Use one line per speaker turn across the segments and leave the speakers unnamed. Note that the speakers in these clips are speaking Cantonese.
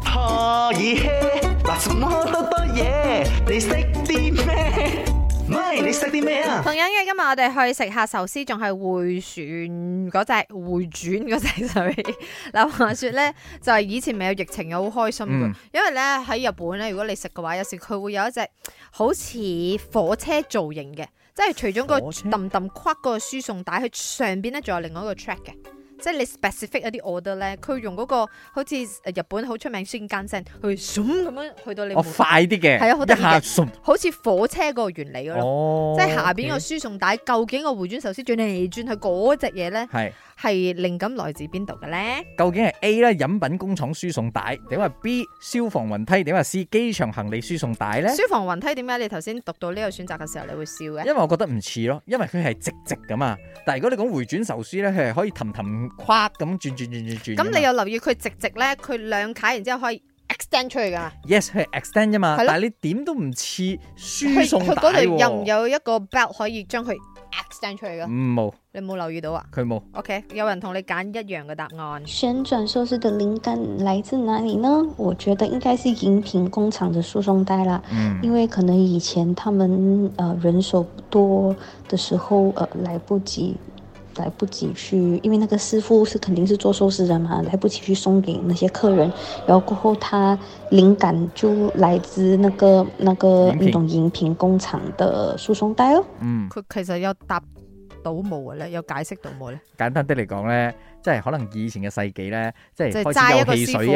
多嘢？嗱，什麼多多嘢？你識啲咩？咪你識啲咩啊？
同樣嘅，今日我哋去食下壽司，仲係回旋嗰隻回轉嗰隻 水。嗱，話說咧，就係以前咪有疫情嘅，好開心㗎
嗯
因為咧喺日本咧，如果你食嘅話，有時佢會有一隻好似火車造型嘅，即係除咗個
火車
揼揼框嗰個輸送帶，佢上邊咧仲有另外一個 track 嘅。即係你 specific 一啲 order 咧，佢用嗰、個好似呃日本好出名先間聲，佢咻咁樣去到你
我
門口，
快啲嘅，
係啊好得意嘅
一下順
好似火車嗰個原理咯。
哦，
即係下邊個輸送帶，究竟個回轉壽司轉嚟轉去嗰隻嘢咧，
係
係靈感來自邊度嘅咧？
究竟係 A 咧飲品工廠輸送帶，定話 B 消防雲梯，定話 C 機場行李輸送帶咧？
消防雲梯點解你頭先讀到呢個選擇嘅時候，你會笑嘅？
因為我覺得唔似咯，因為佢係直直噶嘛。但係如果你講回轉壽司咧，佢係可以氹氹跨咁轉轉轉轉轉㗎嘛。
咁你有留意佢直直咧，佢兩卡然之後可以 extend 出去㗎嘛？
yes 佢係 extend 啫嘛，
係咯
但係你點都唔似輸
佢
送
佢
帶
嗰度有唔
喎。
有一個 belt 可以將佢 extend 出去㗎？
嗯冇，
你冇留意到啊
佢冇。
？OK，有人同你揀一樣嘅答案。
旋转寿司的灵感来自哪里呢？我觉得应该是饮品工厂的输送带啦，
嗯
因为可能以前他们呃人手不多的时候，呃来不及。来不及去，因为那个师傅是肯定是做寿司的嘛，来不及去送给那些客人。然后过后，他灵感就来自那个那个
饮品
那种饮品工厂的输送带哦。
嗯，
佢其實有答到冇嘅咧，有解釋到冇咧？
簡單啲嚟講咧，即係可能以前嘅世紀咧，即係
即係
開
齋一個
始有汽
師傅
水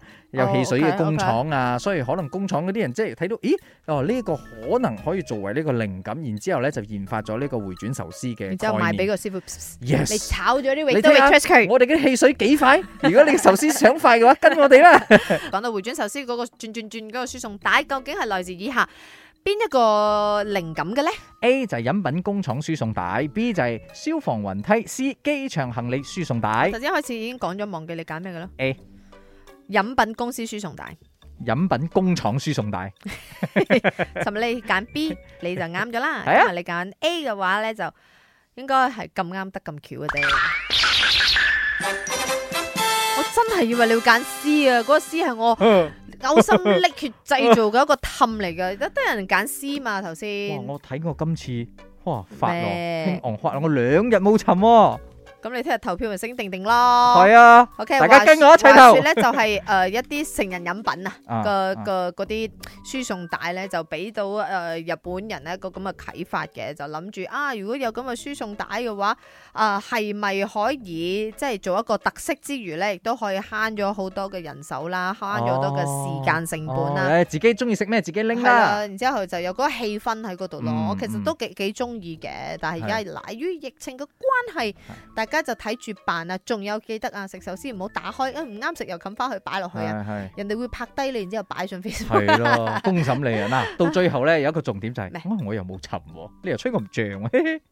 啫
有汽水
哦
嘅
，OK，
工廠啊，所以可能工廠嗰啲人即係睇到，咦，哦呢個可能可以作為呢個靈感，然之後咧就研發咗呢個回轉壽司嘅
然之後
概
賣俾
念。
個師傅，
Yes
你炒咗啲
你
w
睇下
i t 佢。
我哋嘅汽水幾 快？如果你嘅壽司想快嘅話，跟我哋啦。
講到回轉壽司嗰個轉轉轉嗰個輸送帶，究竟係來自以下邊一個靈感嘅咧？
A 就係飲品工廠輸送帶，B 就係消防雲梯，C 機場行李輸送帶
頭。先開始已經講咗，忘記你揀咩嘅啦。
A
飲品公司輸送 帶，
飲品工廠輸送帶。
尋日你揀 B，你就啱咗啦。
係啊
今日你揀 A 嘅話咧，就應該係咁啱得咁巧嘅啫。我真係以為你會揀 C 啊！嗰、個 C 係我嘔心瀝血製造嘅一個氹嚟嘅，得得人揀 C 嘛頭
哇！
先。
我睇我今次哇發咯，
咩
興昂發咯，我兩日冇沉喎。
咁你聽日投票咪升定定咯。
係啊，
OK，
大家
話
跟我一齊
話
投
說咧就係、 呃一啲成人飲品啊，
啊
個
啊
個嗰啲輸送帶咧就俾到誒、呃日本人咧個咁嘅啟發嘅，就諗住啊，如果有咁嘅輸送帶嘅話，啊係咪可以即係做一個特色之餘咧，亦都可以慳咗好多嘅人手啦，慳咗好多嘅時間成本
哦
啦。
誒自己中意食咩自己拎
係
啦。
啦，然之後就有嗰個氣氛喺嗰度咯。
嗯
我其實
嗯
都幾幾中意嘅，但係而家係賴於疫情嘅關係，大家就睇住辦啊。仲有記得啊，食壽司唔好打開，啊唔啱食又冚翻去擺落去啊。
係
人哋會拍低你，然之後擺 上 Facebook。
係咯，公審你啊！嗱，到最後咧有一個重點就係
咩，
啊我又冇沉喎，你又吹我唔漲喎。嘿嘿